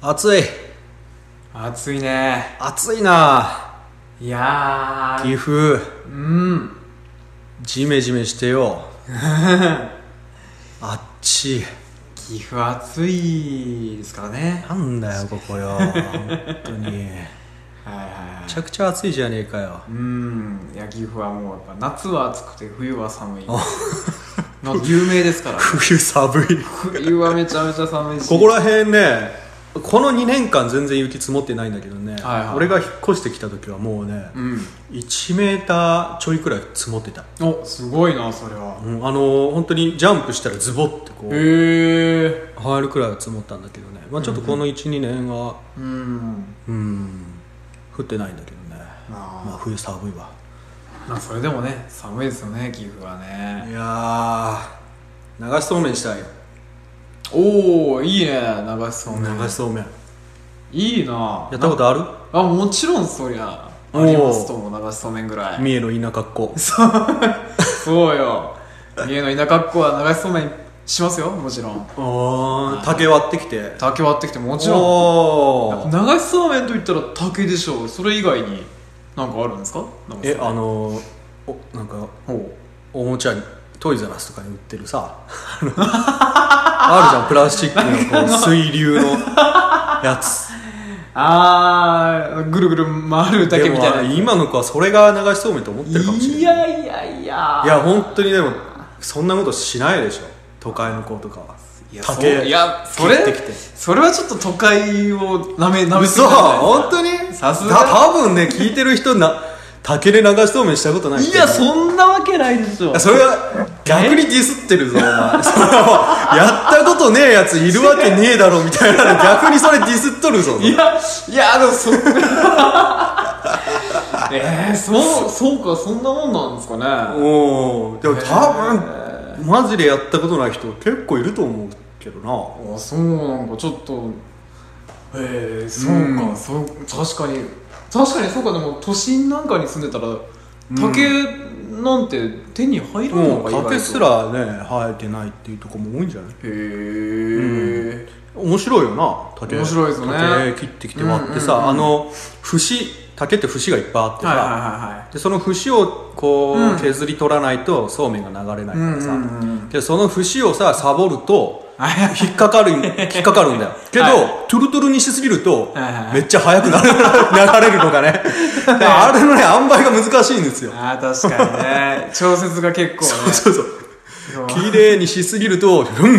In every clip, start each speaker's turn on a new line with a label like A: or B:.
A: 暑い
B: 暑いね
A: 暑いない
B: やー
A: 岐阜
B: うん
A: ジメジメして よあっちい
B: 岐阜暑いですからね
A: なんだよここよ本当にめ
B: はいはいは
A: ちゃくちゃ暑いじゃねえかよ
B: いうんいや岐阜はもうやっぱ夏は暑くて冬は寒い の有名です から
A: 冬寒い
B: 冬はめちゃめちゃ寒いし
A: ここら辺ねこの2年間全然雪積もってないんだけどね、
B: はいはい
A: 俺が引っ越してきた時はもうね、
B: うん
A: 1メーターちょいくらい積もってた、
B: おすごいなそれは
A: うん、あの本当にジャンプしたらズボってこう
B: へえ
A: 入るくらいは積もったんだけどね、まあ、ちょっとこの12年は
B: うん
A: うん降ってないんだけどねまあ
B: まあ
A: 冬寒いわ
B: まあそれでもね寒いですよね岐阜はね
A: いやー流しそうめんしたいよ
B: おおいいね流しそうめん
A: 流しそうめんや
B: いいな
A: ったことある
B: あもちろんそりゃありますとも流しそうめんぐらい
A: 三重の田舎っ子
B: そうよ三重の田舎っ子は流しそうめんしますよもちろん
A: あー竹割ってきて
B: 竹割ってきても
A: も
B: ちろん
A: ろん
B: 流しそうめんといったら竹でしょうそれ以外になんかあるんですか流し
A: え
B: そうめん
A: あのーおなんか
B: ほ
A: おもちゃにトイザラスとかに売ってるさあのあるじゃんプラスチックのこう 水流のや つ
B: うあーぐるぐる回る竹みたいな
A: でも今の子はそれが流しそうめんと思ってるかもしれない
B: いやいやいや
A: いや本当にでもそんなことしないでしょ都会の子とかはい
B: や
A: 竹
B: そういやそれ
A: 切ってきて
B: それはちょっと都会をなめなめす
A: 嘘
B: ぎなんじゃないですか
A: 本当に
B: さすが
A: た多分ね聞いてる人な竹で流しそうめんしたことない
B: いや
A: い
B: そんなわけないでしょ
A: やそれは逆にディスってるぞお前それはやったことねえやついるわけねえだろみたいなの逆にそれディスっとるぞ
B: いや、いや、でも そ、えー、そう、そうか、そんなもんなんですかね。
A: おおでも多
B: へ
A: 分マジでやったことない人結構いると思うけどな
B: あ、そうなんか、ちょっと、えー、そうか、
A: うん
B: そう、確かに、確かにそうか、でも、都心なんかに住んでたら、竹なんて手に入らないの
A: も
B: か、
A: う
B: 意外と
A: 竹す。らね生えてないっていうとこも多いんじゃない
B: へー。
A: 面白いよな竹
B: 面白いですよね
A: 竹切ってきて割ってさ、
B: うんうんうん
A: あの節竹って節がいっぱいあってさ、
B: はいはいはいはい。
A: でその節をこう、
B: うん
A: 削り取らないとそうめんが流れないからさ、
B: うんうんうん
A: でその節をさサボると
B: はいはい
A: 引っかかる引っかかるんだ よけど、
B: は
A: トゥルトゥルにしすぎると、
B: はいはいはい
A: めっちゃ速くなる 流れるのが ねだからあれのね塩梅が難しいんですよ
B: あー確か にね。調節が結構
A: そう
B: ね。
A: そうそう綺麗にしすぎると「うん」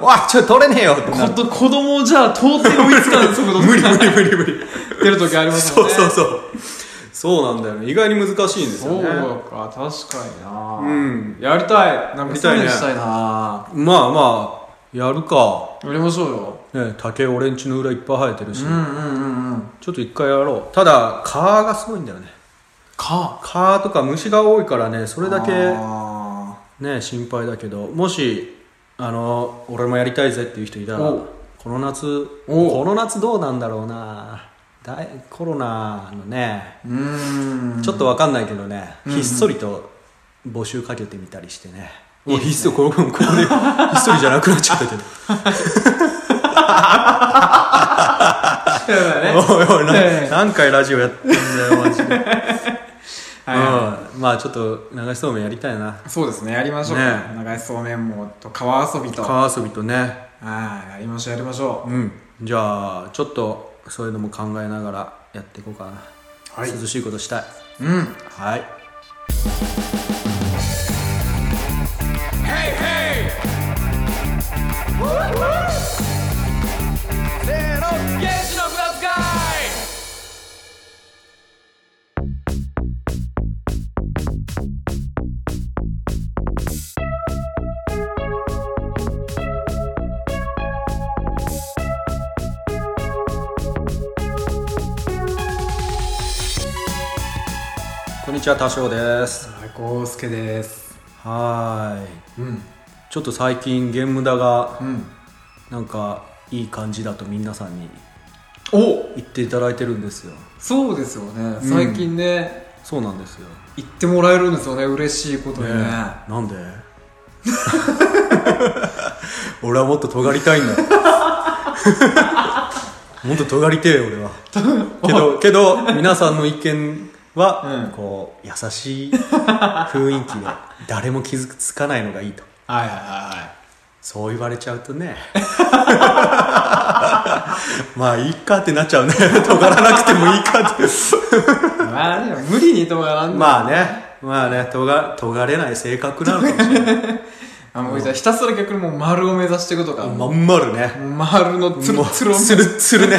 A: わちょっと取れねえよ」ってな
B: こ
A: る
B: と子供じゃ到底追いつかない速度
A: 無理無理無理無理
B: 出る時ありますも
A: そ
B: ん
A: う
B: ね
A: そうそうそうなんだよね意外に難しいんですよね
B: そうか確かにな
A: うん
B: やりたいな
A: や
B: んか
A: りたいね
B: リベンジしたいな
A: まあまあやるか、
B: やりましょうよ
A: ね、竹俺んちの裏いっぱい生えてるし、
B: うんうんうんうん
A: ちょっと一回やろうただ蚊がすごいんだよね
B: か
A: 蚊とか虫が多いからねそ
B: こ
A: れだけ
B: あ
A: ね心配だけどもしあの俺もやりたいぜっていう人いたら
B: おう
A: この夏
B: おう
A: この夏どうなんだろうなだいコロナのね
B: ーうーん
A: ちょっとわかんないけどね、
B: うん
A: ひっそりと募集かけてみたりしてね。
B: いい
A: もう
B: です
A: ひっそ
B: ね
A: り、ここここで、ひ っそりじゃなくなっちゃったけど。
B: そうだ ね
A: おいおい、な
B: ええ
A: 何回ラジオやってんだよ、マ ジで。
B: はいは
A: うんまあちょっと、流しそうめんやりたいな。
B: いそうですねやりましょう
A: ね
B: 流しそうめんもと川遊びとあ
A: 川遊びとね。
B: あやりましょうやりましょ
A: うん。じゃあ、ちょっと、そういうのも考えながらやっていこうかな。
B: はい
A: 涼しいことしたい。
B: ううん
A: はい。こんにちは、多少です。
B: こうすけです
A: はーい。
B: うん
A: ちょっと最近、ゲームだが、
B: うん
A: なんか、いい感じだと皆さんに
B: お
A: 言っていただいてるんですよ。
B: そうですよね
A: うん
B: 最近ね
A: そうなんですよ。
B: 言ってもらえるんですよね嬉しいことにね
A: なんで 俺はもっと尖りたいんだ もっと尖りてえ俺はけどけど皆さんの意見は、
B: うん
A: こう優しい雰囲気で誰も傷つかないのがいいと
B: はいは
A: そう言われちゃうと ねまあいいかってなっちゃうね尖らなくてもいいかって
B: いはい。まあね、無理にともやらんあ。
A: まあねまあね尖尖れない性格なのかもしれない
B: あもうじゃあひたすら逆にもう丸を目指していくとか。
A: まん丸ね
B: 丸のつる
A: もう
B: つるを目
A: つ
B: 指
A: るつるね。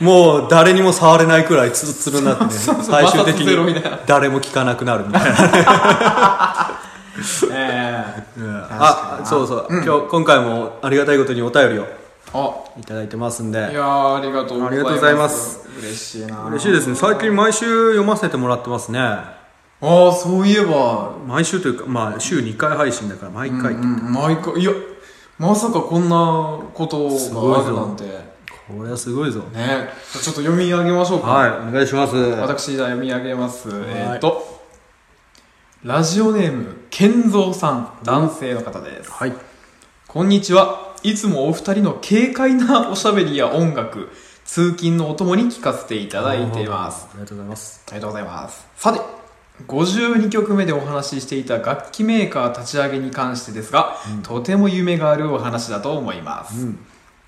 A: もう誰にも触れないくらいつるつるになってね。
B: そうそう
A: 最終的
B: 摩擦ゼロみたいな
A: に誰も聞かなくなるみたいな。
B: す。ええ
A: うん
B: か
A: あ、
B: に
A: そうそう。今日、今回もありがたいことにお便りを
B: あ、
A: いただいてますん
B: い
A: で。
B: やーありがとうございます。
A: ありがとうございます。
B: 嬉しいな
A: 嬉しいですね。最近毎週読ませてもらってますね。
B: ああ、そういえば、
A: 毎週というか、まあ週2回配信だから毎回。
B: うんうん毎回、いや、まさかこんなことがあるなんて。
A: これはすごいぞ。
B: ね、ちょっと読み上げましょうか。
A: はい、お願いします。
B: 私じゃあ読み上げます、
A: い
B: えーっとラジオネーム健三さん男性の方です
A: はい。
B: こんにちはいつもお二人の軽快なおしゃべりや音楽通勤のお供に聞かせていただいています
A: ありがとうございます。
B: ありがとうございますさて52曲目でお話ししていた楽器メーカー立ち上げに関してですが、とても夢があるお話だと思います、
A: うん。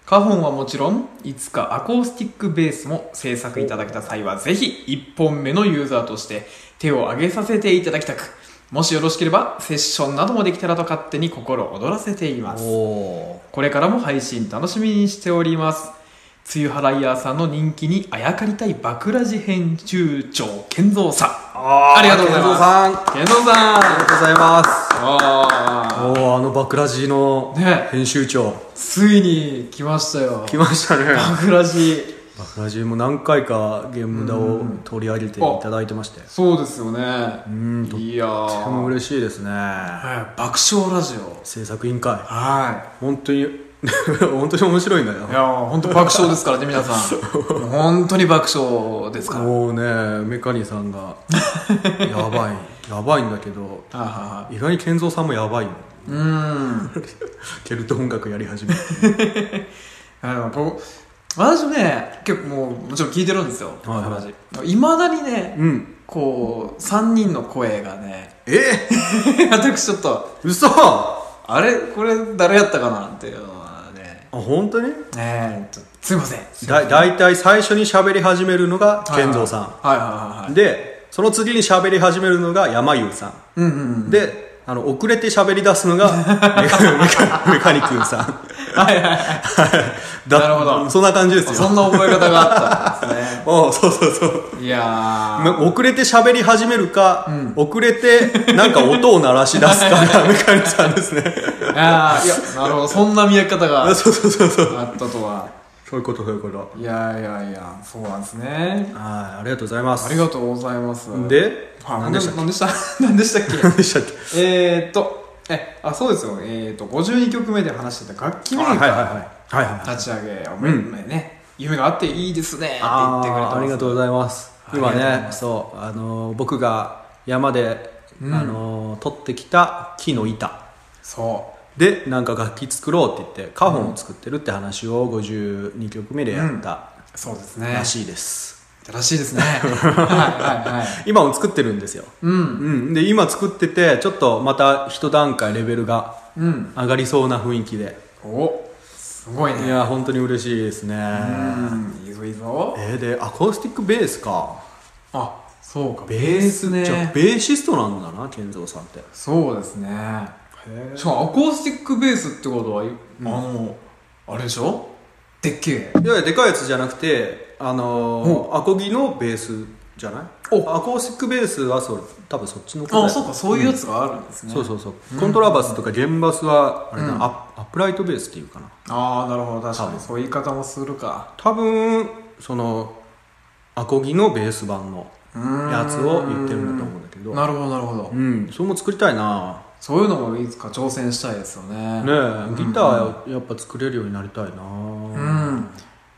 B: カホンはもちろんいつかアコースティックベースも制作いただけた際はぜひ1本目のユーザーとして手を挙げさせていただきたくもしよろしければセッションなどもできたらと勝手に心躍らせています
A: お
B: これからも配信楽しみにしております梅雨ハライヤーさんの人気にあやかりたいバクラジ編集長健三さ
A: あ
B: ありがとうございます
A: さん。あ
B: ん健三さん
A: りがとうございます。
B: あ
A: おおあのバクラジの
B: ね
A: 編集長、
B: ついに来ましたよ
A: 来ましたね
B: バクラジ
A: バクラジも何回かゲームだを取り上げていただいてまして
B: そうですよね
A: んと
B: いや
A: とて
B: ー
A: も嬉しいですね
B: はい爆笑ラジオ
A: 制作委員会
B: は
A: 本当に 本当に面白いんだよ
B: いいやー本当爆笑ですからね皆さん本当に爆笑ですから
A: もうねメカニさん がやばいやばいんだけど
B: あは
A: 意外に健三さんもやばいの
B: ーうーん
A: ケルト音楽やり始めて
B: あの僕私もね結構もうもちろん聞いてるんですよ
A: はいはい
B: まだにね
A: うん
B: こう3人の声がね
A: え
B: 私ちょっと
A: 嘘あ
B: あれこれ誰やったかなっていうのはね
A: 本当に
B: ねえちょっとすいません
A: だ大体最初に喋り始めるのが
B: はいはい
A: 健三さん
B: はいはいはいはい
A: でその次に喋り始めるのが山優さん、
B: うんうんうん
A: であの遅れて喋り出すの がメカメカニ君さん
B: はいはい はい
A: はいだ
B: なるほど
A: そんな感じですよ
B: そんな覚え方があったんですね
A: おうそうそうそう
B: いやー、
A: な遅れて喋り始めるか、遅れてなんか音を鳴らし出すか がメカニさんですね
B: あー いや、なるほど、そんな見え方があ
A: あ
B: っ
A: そうそうそうそう
B: たとは。
A: そういうことそういうこと
B: いやいやいや、そうなんですね。
A: はいありがとうございます
B: ありがとうございます。
A: で
B: はい、
A: 何でしたっけ
B: 何でした 何でしたっけ
A: 何でしたっけ
B: えーっと、え、あ、そうですよ。えーっと、52曲目で話してた楽器メ
A: はい
B: ー
A: はいはい
B: カ
A: はいはいはい
B: ー立ち上げ、おめ
A: うん
B: めね、夢があっていいですねって言
A: あ
B: ってくれて
A: ーありがとう
B: う。
A: ございます
B: ありがと
A: 今
B: うござい
A: ね
B: ま
A: そうあのー僕が山で、あのー取ってきた木の板
B: そ
A: でなんか楽器作ろうって言ってカホンを作ってるって話を52曲目でやった
B: う。そうですね。
A: ら
B: らし
A: しいです、
B: いですね。はいはい はい。
A: 今も作ってるんですよ、
B: うん。
A: うん、で今作っててちょっとまた一段階レベルが
B: うん。
A: 上がりそうな雰囲気で
B: お、すごいね。
A: いや本当に嬉しいですね
B: うん、いいぞいいぞ。
A: えー、でアコースティックベースか
B: あ、そうか、
A: ベ
B: ベ
A: ー
B: ー
A: ス
B: ス
A: じゃあ
B: ね。
A: ベーシストなんだな健三さんってへ
B: そうですね。しかもアコースティックベースってことは、あの、あれでしょでっけえ。
A: いやでかいやつじゃなくてあのーアコギのベースじゃない
B: お
A: アコースティックベースはそう多分そっちのことだよ
B: あ、そうか、そういうやつがあるんですね。
A: そうそうそうコントラバスとか弦バスはあれだ、アッアップライトベースっていうかな
B: ああ、なるほど、確か
A: 多分
B: に。そういう言い方もするか。
A: 多分そのアコギのベース版の
B: うーん
A: やつを言ってるんだと思うんだけど
B: なるほど、なるほど。
A: うんそれも作りたいな
B: そういうのもいつか挑戦したいですよ
A: ねえ
B: ね。
A: ギターやっぱ作れるようになりたいな
B: うん。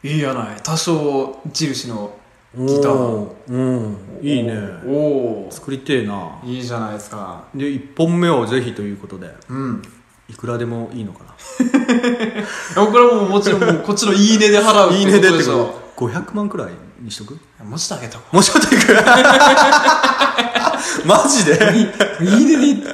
B: いいやない。多少、印の
A: お
B: ギターを
A: うんいいね
B: おお。
A: 作りてえない
B: いじゃないですか。
A: で1本目をぜひということで
B: うん。
A: いくらでもいいのかな
B: これはもうもちろんもうこっちのいいねで払う
A: いいねでって
B: でし
A: こ
B: ょ
A: と500万くらいにしとく
B: もうちょっと上げとこ
A: もうちょっといく マジで
B: う。いいねいいね。も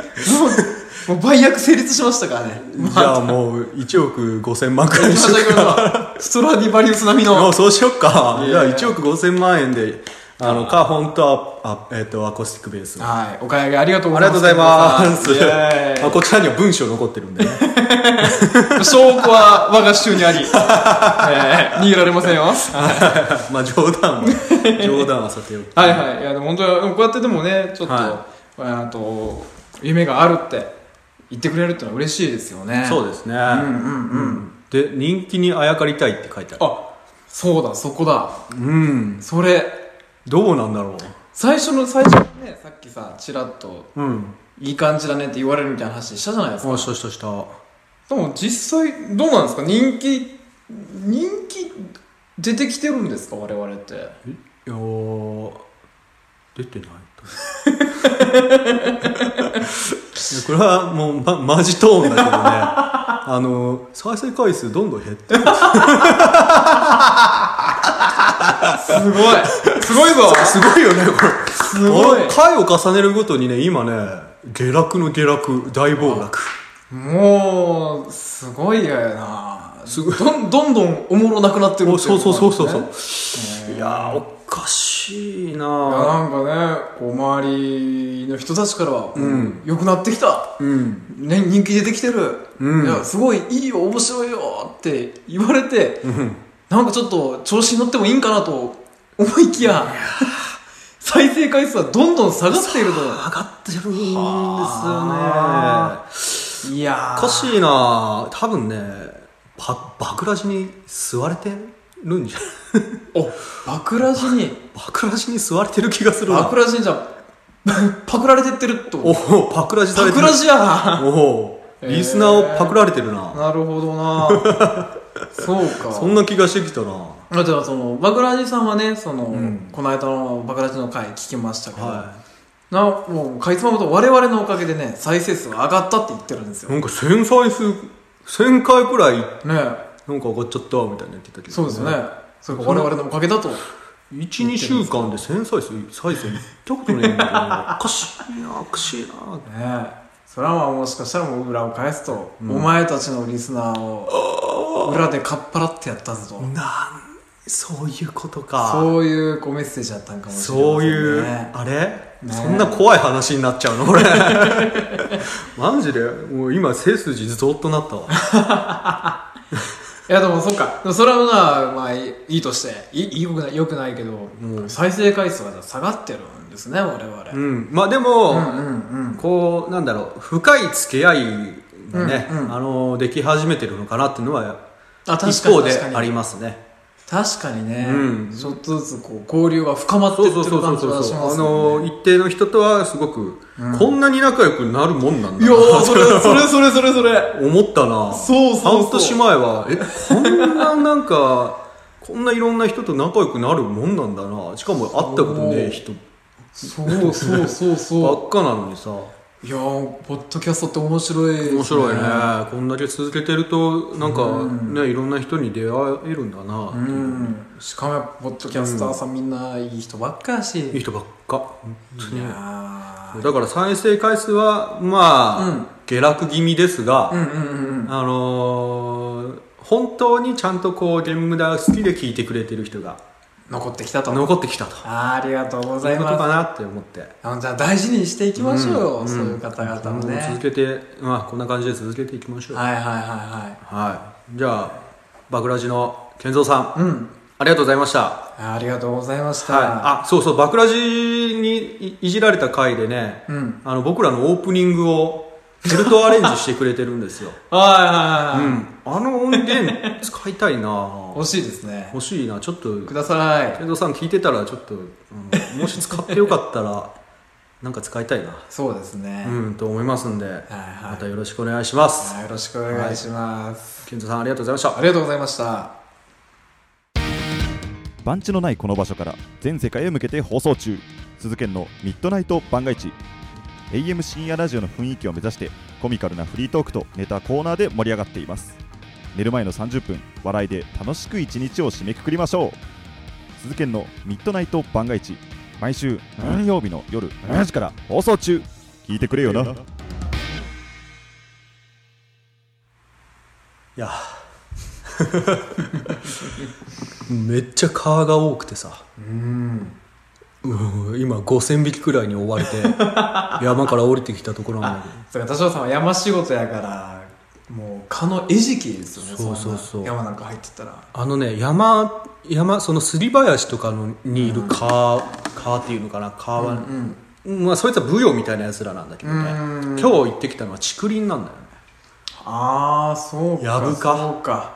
B: う、もう売約成立しましたからね。
A: じゃあもう1億5000万くらいにしと
B: また
A: く
B: 行きましょうストラディバリウス並 み
A: も
B: の。
A: うそうしよっか
B: い
A: じゃ
B: や
A: あ
B: いや
A: 1億5000万円であのカーホンとああえっとアコースティックベースを
B: はい。お買い上げありがとうご
A: あり
B: ざ
A: が
B: い
A: とうご
B: ます。
A: ざいます
B: イエーイ。
A: まあこちらには文章残ってるん でね
B: 証拠は我が州にあ り、えー逃げられませんよ。はい
A: まあ冗談は冗談はさておき
B: はい。いや、でも本当にこうやってでもね、ちょっと、
A: は
B: あと、夢があるって言ってくれるってのは嬉しいですよね。
A: そう
B: う
A: ですね
B: うんうんうん。
A: で人気にあやかりたいって書いてある
B: あ、そうだ、そこだ。
A: うん
B: それ、
A: どうなんだろ
B: 最初の最初にね、さっきさ、ちらっと、
A: ううん
B: いい感じだねって言われるみたいな話したじゃないですか。
A: あしたしたした
B: でも実際、どうなんですか人気、人気、出てきてるんですか我々って。
A: えいやー出てないと いやこれはもう、ま、マジトーンだけどね あの再生回数どんどん減ってる
B: すごいすごいぞ
A: すごいよねこれ
B: すごい
A: あの回を重ねるごとにね今ね下落の下落大暴落
B: もう、すごいやなすごい。どんどんどんおもろなくなってる
A: お
B: ってい
A: そうそうそうそう
B: こと
A: そ
B: なん
A: う
B: ですね
A: いやーおかしいない
B: や
A: ー
B: なんかね、こう周りの人たちからは、
A: ん
B: 良くなってきた
A: うん
B: ね、人気出てきてる、
A: うん
B: いやすごいいいよ面白いよって言われて、なんかちょっと調子に乗ってもいいんかなと思いきや再生回数はどんどん下がっている
A: 上がってるんですよね
B: はといや
A: お
B: ー
A: かしいな多分ねば爆ラジに吸われてるんじゃない
B: お爆ラジに
A: 爆ラジに吸われてる気がするな
B: 爆ラジにじ ゃあパクられてってるって
A: お
B: こと
A: おパクラジされ
B: パ
A: て
B: ク
A: る
B: ラジやな
A: おお
B: え
A: ー
B: ー
A: リスナーをパクられてるな、
B: なるほどなそうか
A: そんな気がしてきたな
B: あとはその爆ラジさんはねその、
A: ん
B: この間の爆ラジの回聞きましたけど、
A: は
B: なもうかいつまむと我々のおかげでね再生数が上がったって言ってるんです
A: い
B: よ
A: なんか1000再生1000回くらい
B: ね
A: なんか上がっちゃったみたいな言ってたけど、
B: そうですよねそれが我々のおかげだと
A: 12週間で1000再生再生いったことねえんだけど おかしいなおかしいな
B: ねそれはまあもしかしたらもう裏を返すと、お前たちのリスナーを裏でかっぱらってやった ぞと、
A: なんそういうことか
B: そういうこうメッセージだったんかもしれない、ね、
A: そういう、あれ、そんな怖い話になっちゃうのこれ マジでもう今背筋ゾッとな ったわ
B: いやでもそっかでもそれはまあ、まあ、いいいいとしていいよくないよくないけど、再生回数がじゃあ下がってるんですね我々、
A: う
B: うん
A: んまあでも、
B: うんうん
A: こうなんだろう深い付き合いがね、
B: うんうん
A: あのでき始めてるのかなっていうのは
B: あ確かに
A: 一方で
B: 確かに
A: ありますね
B: 確かにね、
A: うん
B: ちょっとずつこう交流が深まっ
A: そ
B: ていうって
A: そう
B: る
A: そうそ
B: 感
A: う
B: じ
A: そう
B: がします
A: あの
B: よね
A: 一定の人とはすごく、こんなに仲良くなるもんなん
B: い
A: だ
B: や
A: な
B: ーそれそれ それそれそれ
A: 思ったな
B: そうそうそう
A: 半年前はえこんななんか こんないろんな人と仲良くなるもんなんだなしかも会ったことねえ人
B: そうそうそう
A: ば
B: そ
A: っかなのにさ
B: ういやーポッドキャストって面白いです、
A: 面白いねこんだけ続けてるとなんかねいろんな人に出会えるんだなって
B: う
A: いう、
B: んしかもやっぱポッドキャスターさんみんないい人ばっかやし、
A: いい
B: い
A: 人ばっか本当に
B: や
A: だから再生回数はまあ、
B: うん
A: 下落気味ですが、
B: ーうんうんうんうん
A: あのー本当にちゃんとこうゲームが好きで聞いてくれてる人が
B: 残ってきたとあ
A: 残ってきたと
B: ーありがとうご
A: そう
B: ざ
A: い
B: いう
A: ことか
B: ます
A: なって思って
B: あのじゃあ大事にしていきましょうよ、
A: うん
B: そういう方々もね、
A: 続けて、まあ、こんな感じで続けていきましょうはい、
B: はいはいは
A: じゃあバクラジの健三さん
B: いはいうん
A: ありがとうございました、はい、
B: ありがとうございました、
A: あそうそうバクラジにいいじられた回でね、
B: うん
A: あの僕らのオープニングをフェルトアレンジしてくれてるんです よ、う
B: はいはいはい、
A: ん、あの音源使いたいな
B: 惜しいですね
A: 欲しいなちょっと
B: ください
A: 健三さん聞いてたらちょっと、うんもし使ってよかったらなんか使い たいな
B: そうですね、
A: うんと思いますんで、
B: はい
A: またよろしくお願いします、
B: はいよろしくお願いします、
A: 健三さんありがとうございました
B: ありがとうございました
C: 番地のないこの場所から全世界へ向けて放送中鈴研のミッドナイト番外地 AM 深夜ラジオの雰囲気を目指してコミカルなフリートークとネタコーナーで盛り上がっています寝る前の30分笑いで楽しく一日を締めくくりましょう鈴研のミッドナイト番外地毎週何曜日の夜7時から放送中聞いてくれよな
A: いやめっちゃ蚊が多くてさ
B: うん
A: うん今5000匹くらいに追 われて山から降りてきたところなんだけど
B: そうか田代さんは山仕事やからもう蚊の餌食ですよね
A: そうそうん
B: な
A: そう
B: 山なんか入ってったら
A: あのね山山そのすり林とかのにいる蚊、蚊っていうのかな蚊は、
B: うん
A: まあそいつは舞踊みたいなやつらなんだけどね
B: う
A: 今
B: ん
A: 日行ってきたのは竹林なんだよね
B: ああそうか
A: やぶか
B: そうか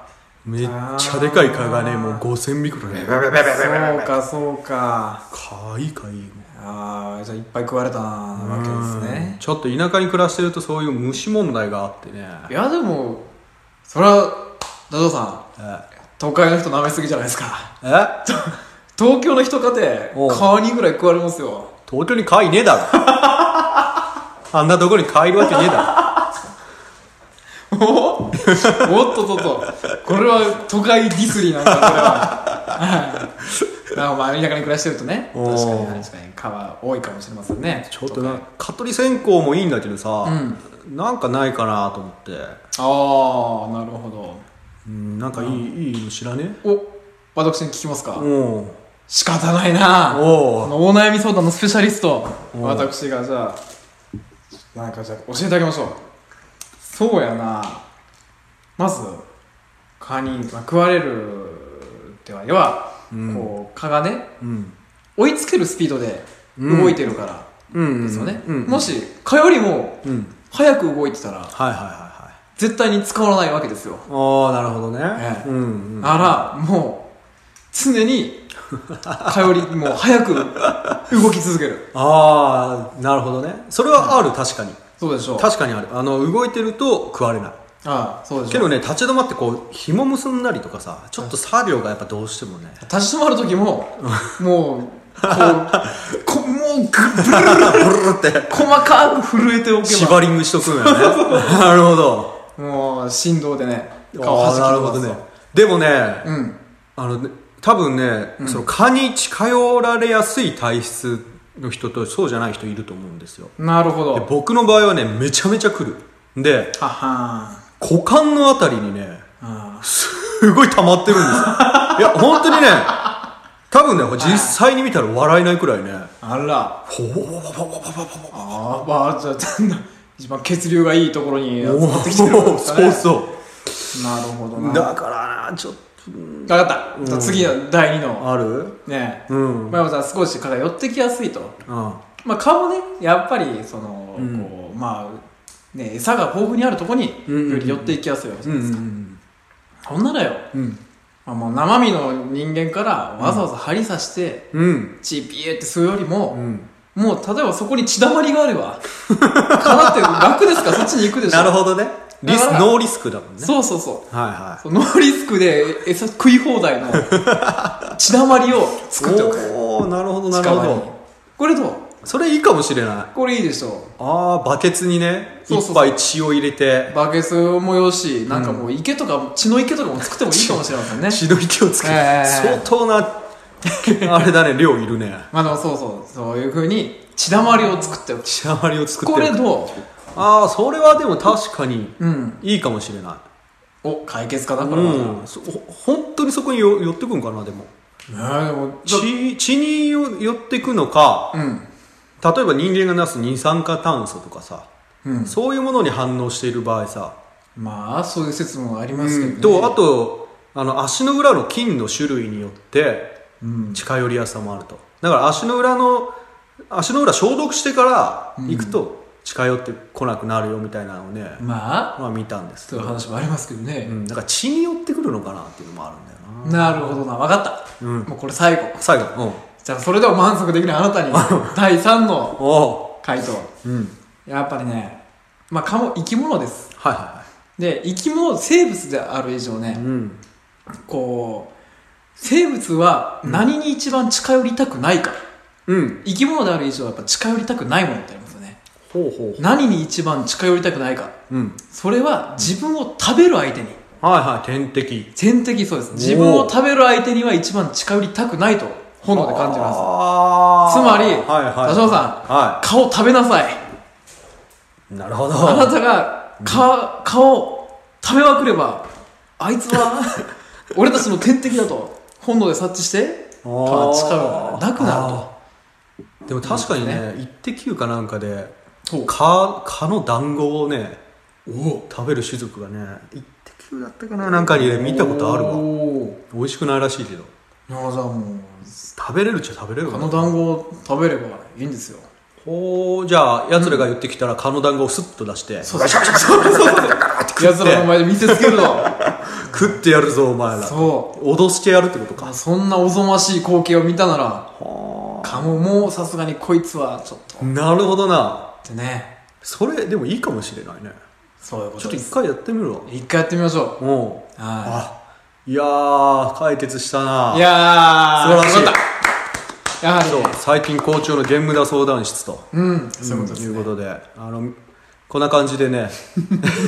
A: めっちゃでかい蚊がねもう5000匹くらいね
B: そうかそうか
A: かいかいも
B: ああじゃあいっぱい食われたわけ
A: う
B: ですね
A: ちょっと田舎に暮らしてるとそういう虫問題があってね
B: いやでもそれは田代さん
A: え
B: 都会の人舐めすぎじゃないですか
A: え
B: 東京の人かて
A: おう
B: 蚊にぐらい食われますよ
A: 東京に飼いねえ だろあんなとこに飼いるわけねえ だ
B: おおおっ とっとっとこれは都会ディスリーなんだこれははいまあまあ田舎に暮らしてるとね確
A: お
B: か
A: う
B: に確かに蚊は多いかもしれませんね
A: ろちょっとな蚊取り線香もいいんだけどさ、なんかないかなと思って
B: ああなるほど
A: うんなんかいい,、いいの知らね
B: お私に聞きますか、
A: えおう
B: 仕方ないな
A: お
B: こ
A: う
B: のお悩み相談のスペシャリスト
A: おう
B: 私がじゃあなんかじゃあ教えてあげましょうそうやなまず蚊に、まあ、食われるっては要は、
A: うん
B: こう蚊がね
A: うん
B: 追いつけるスピードで
A: うん
B: 動いてるから
A: うん
B: ですよね、
A: うん、
B: もし蚊よりも
A: うん
B: 早く動いてたら
A: はいはいは
B: 絶対に捕まらないわけですよ
A: いはいああなるほどね、
B: ええ
A: うんうん
B: あら、もう、常に、頼り、もう早く動き続 ける。
A: ああなるほどねそれはある確かに
B: そうでしょう。
A: 確かにあるあの動いてると食われない
B: ああ、そうでし
A: け
B: ょ
A: ど
B: う。
A: ね立ち止まってこう紐結んだりとかさちょっと作業がやっぱどうしてもね
B: 立ち止まる時も、もう、こう、こもうぐ、ブルルル
A: ブルルルって
B: 細かく震えておけ
A: シ
B: ば、
A: バリングしとくんよねなるほど
B: もう、振動でね、顔
A: あー
B: 弾き
A: なる
B: 飛ば
A: ほど
B: す
A: ねでもね、
B: うん。
A: あのね多分ね、その蚊に近寄られやすい体質の人とそうじゃない人いると思うんですよ
B: なるほ
A: で
B: ど。
A: 僕の場合はねめちゃめちゃ来るで
B: はは
A: 股間のあたりにね
B: ーん。
A: すごい溜まってるんですよいや本当にね多分ね実際に見たら笑えないくらいね
B: あら。
A: ほぼぼぼぼぼぼぼぼ
B: あーまあ、じゃあ、ちゃんと一番血流がいいところに集
A: お
B: まってきてるわけ
A: ー
B: ですかね
A: そうそ
B: なるほど
A: う
B: な。
A: だからなちょっ
B: わかった。じゃあ次の第2の
A: とある
B: ねえ、
A: うん
B: まあ、さん少し蚊が寄ってきやすいと、
A: あ
B: まあ、蚊もねやっぱりその、
A: うん
B: こうまあね餌が豊富にあるところに
A: うんうんうん
B: より寄っていきやすいわけじ
A: う
B: ゃ
A: ん
B: な
A: う
B: いですか、
A: ん
B: ほんならよ、
A: うん
B: まあ、もう生身の人間からわざわざ針刺して、
A: うん
B: チーピーって吸うより
A: う
B: も、
A: ん
B: もう例えばそこに血だまりがあれば蚊だって楽で すからそっちに行くでしょ
A: なるほどねリス
B: だから
A: ノーリスクだもんね
B: そうそうそう
A: はいは
B: そうノーリスクで餌食い 放題の血だまり
A: い
B: を作っておく
A: おおなるほどなる
B: 近
A: ほ
B: 場に
A: ど
B: これどう
A: それいいかもしれない
B: これいいでしょう
A: ああバケツにね
B: そうそ
A: 一
B: うそう
A: 杯血を入れて
B: バケツもよし、なんかもう池とか、血の池とかも作ってもいいかもしれませんね。
A: 血の息をつけて
B: え
A: 相
B: え
A: 当なあれだね量いるね
B: まあでもそうそう、そういうふうに血だまりを作っておく。
A: 血余りを作っ
B: こ
A: て
B: れ
A: る
B: ど
A: ああそれはでも確かに
B: ううん。
A: いいかもしれない
B: お、解決かな、これは。ね
A: うん、そほ本当にそこによ寄ってくんかなでも
B: え、でも、ちょ
A: 血血によ寄ってくのか
B: うん。
A: 例えば人間がなす二酸化炭素とかさ、
B: うん。
A: そういうものに反応している場合さ、
B: まあ、そういう説もあり
A: う
B: ますけど、ね
A: ん、とあ、とあの足の裏の菌の種類によって
B: うん。
A: 近寄りやすさもあるとだから足の裏の足の裏消毒してから行くと近寄ってこなくなるよみたいなのをね、
B: まあ、
A: まあ見たんですけ
B: そう
A: ど
B: いう話もありますけど
A: う
B: ね。
A: ん、だから血に寄ってくるのかなっていうのもあるんだよな
B: なるほどな、わかった。
A: うん
B: もうこれ最後。
A: 最後うん
B: じゃあ、それでも満足できないあな たに、第3の
A: お
B: 回答。
A: ううん
B: やっぱりね、まあ、蚊も生き物です。
A: はいは
B: で生き物生物である以上
A: いはい
B: ね、
A: うん
B: こう生物は何に一番近寄りたくないか、
A: うん
B: 生き物である以上やっぱ近寄りたくないものってありますよね
A: ほうほ
B: 何に一番近寄りたくないか
A: ううん
B: それは自分を食べる相手に
A: はい天敵
B: 天敵そうです自分を食べる相手には一番近寄りたくないと本能で感じます
A: あ
B: つ
A: ー
B: まり、
A: はいはい、
B: 田島さん、
A: は
B: 顔食べなさい。
A: いなるほど
B: あなたが、か、顔、食べまくれば、あいつは、俺たちの天敵だと、本能で察知して、
A: あ
B: 顔
A: ー
B: 近がなくなる
A: でも確かに
B: そ
A: ね「イッテ Q!」かなんかで
B: と。
A: 蚊蚊の団子をね
B: おお
A: 食べる種族がね「イッテ Q!」だったかななんかにね見たことあるわ
B: おー
A: 美味しくないらしいけど
B: なあじゃあもう、
A: 食べれるっちゃ食べれる
B: 蚊
A: わ
B: の団子を食べればいいんですよ。
A: ほうじゃあやつらが言ってきたら蚊の団子をスッと出して
B: そうだ、そうだ、そうだ、奴らの前で見せつけるぞ。
A: 食ってやるぞお前ら
B: そ
A: 脅してやるってこと
B: う。
A: か
B: そんなおぞましい光景を見たなら、かも、もうさすがにこいつは、ちょっと、っ
A: なるほどな
B: てね。
A: それでもいいかもしれないね
B: そういうこ
A: ちょ
B: と
A: っと
B: で
A: 一
B: す。
A: 回やってみるわ
B: 一回やってみましょ
A: うん
B: う。は。
A: あいやー解決したない
B: いやー、
A: 素晴らし
B: い。やはり、
A: そう最近好調のゲームだ相談室と
B: うん、そういうこ
A: と
B: とです
A: いう
B: ね。
A: ことであのこんな感じでね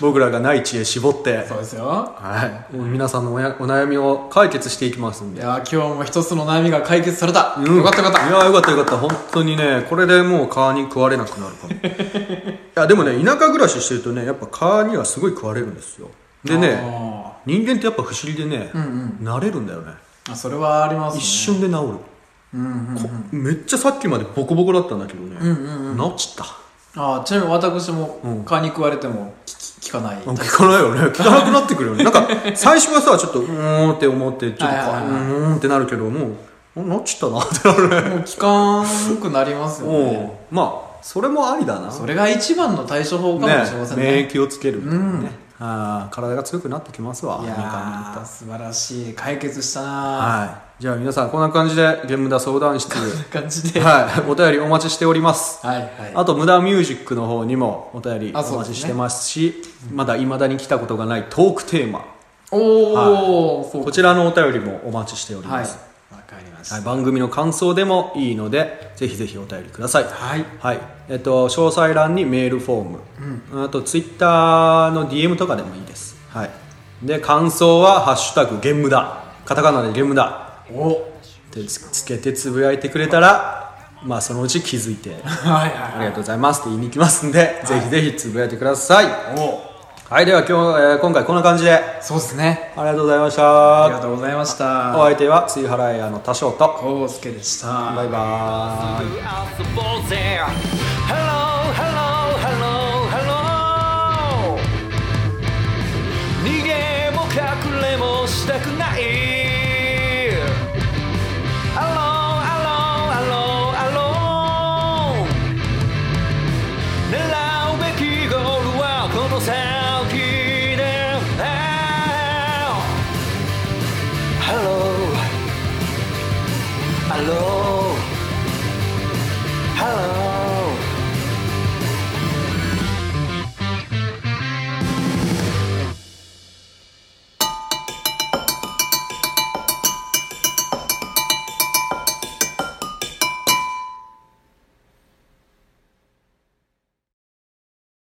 A: 僕らがない知恵絞って
B: そうですよ。
A: はい、皆さんのおやお悩みを解決していきますん
B: い
A: で
B: やー、今日も一つの悩みが解決された。
A: うん
B: よかったよかっ
A: いやよかったよかった本当にねこれでもう蚊に食われなくなる かもいやでもね田舎暮らししてるとねやっぱ蚊にはすごい食われるんですよ
B: た。
A: でね
B: あ
A: 人間ってやっぱ不思議でね、
B: ー。うん
A: 慣れるんだよね
B: うん。あ、それはありますね。
A: 一。瞬で治
B: うんうんう
A: る、
B: ん。
A: めっちゃさっきまでボコボコだったんだけどね、
B: うんうんうん。
A: 治っちゃった
B: あー、ちなみに私
A: う
B: も
A: ん、
B: 蚊に食われても、きき効かない。
A: 聞かないよね聞かなくなってくるよねなんか最初はさちょっとうーんって思ってちょっと
B: はいは
A: か
B: いうはいはい
A: ーんってなるけどもうなっちゃったなってなるね
B: もう効かんくなりますよね。
A: うんまあそれもありだな
B: それが一番の対処法かもしれませんね。
A: 免疫をつけるみたいなね、
B: うん
A: あー体が強くなってきますわ
B: い
A: みかん
B: や
A: の
B: ー、
A: 歌
B: 素晴らしい。解決したな
A: はいじゃあ皆さんこんな感じでゲームだ相談室
B: ー。感じで。はい
A: はいお便りお待ちしております
B: はい。
A: あと、無駄ミュージックの方にもお便りお
B: あそう
A: 待
B: ですね
A: ちしてますし、まだ未だに来たことがないトークテーマ、
B: おー、そうか
A: こちらのお便りもお待ちしており
B: はい
A: ます。。
B: わかりまし
A: はい、
B: た。
A: 番組の感想でもいいので、ぜひぜひお便りください。
B: はい。
A: はい、えっと、詳細欄にメールフォーム、あとツイッターの DM とかでもいいです。はい。で、感想は、ハッシュタグ、ゲームだ。カタカナでゲームだ。
B: お
A: ってつつけてつぶやいてくれたら、まあ、そのうち気づいて、
B: はい
A: あり
B: はい
A: がとうございますって言いに行きますんで、ぜひぜひつぶやいてください。
B: はい。お
A: はい、では今日、えー今回こんな感じで、あ
B: そうですね。
A: りがとうございまし
B: ありが
A: た。
B: とうございまし
A: お
B: た。
A: 相手は、杉原屋の多少と、
B: コウスケでした。
A: バイバーイ。
D: 遊ぼうぜ Hello, hello, hello, hello 逃げも隠れもしたくない Hello, hello, hello, hello 狙うべきゴールはこの先で Hello, hello Hello.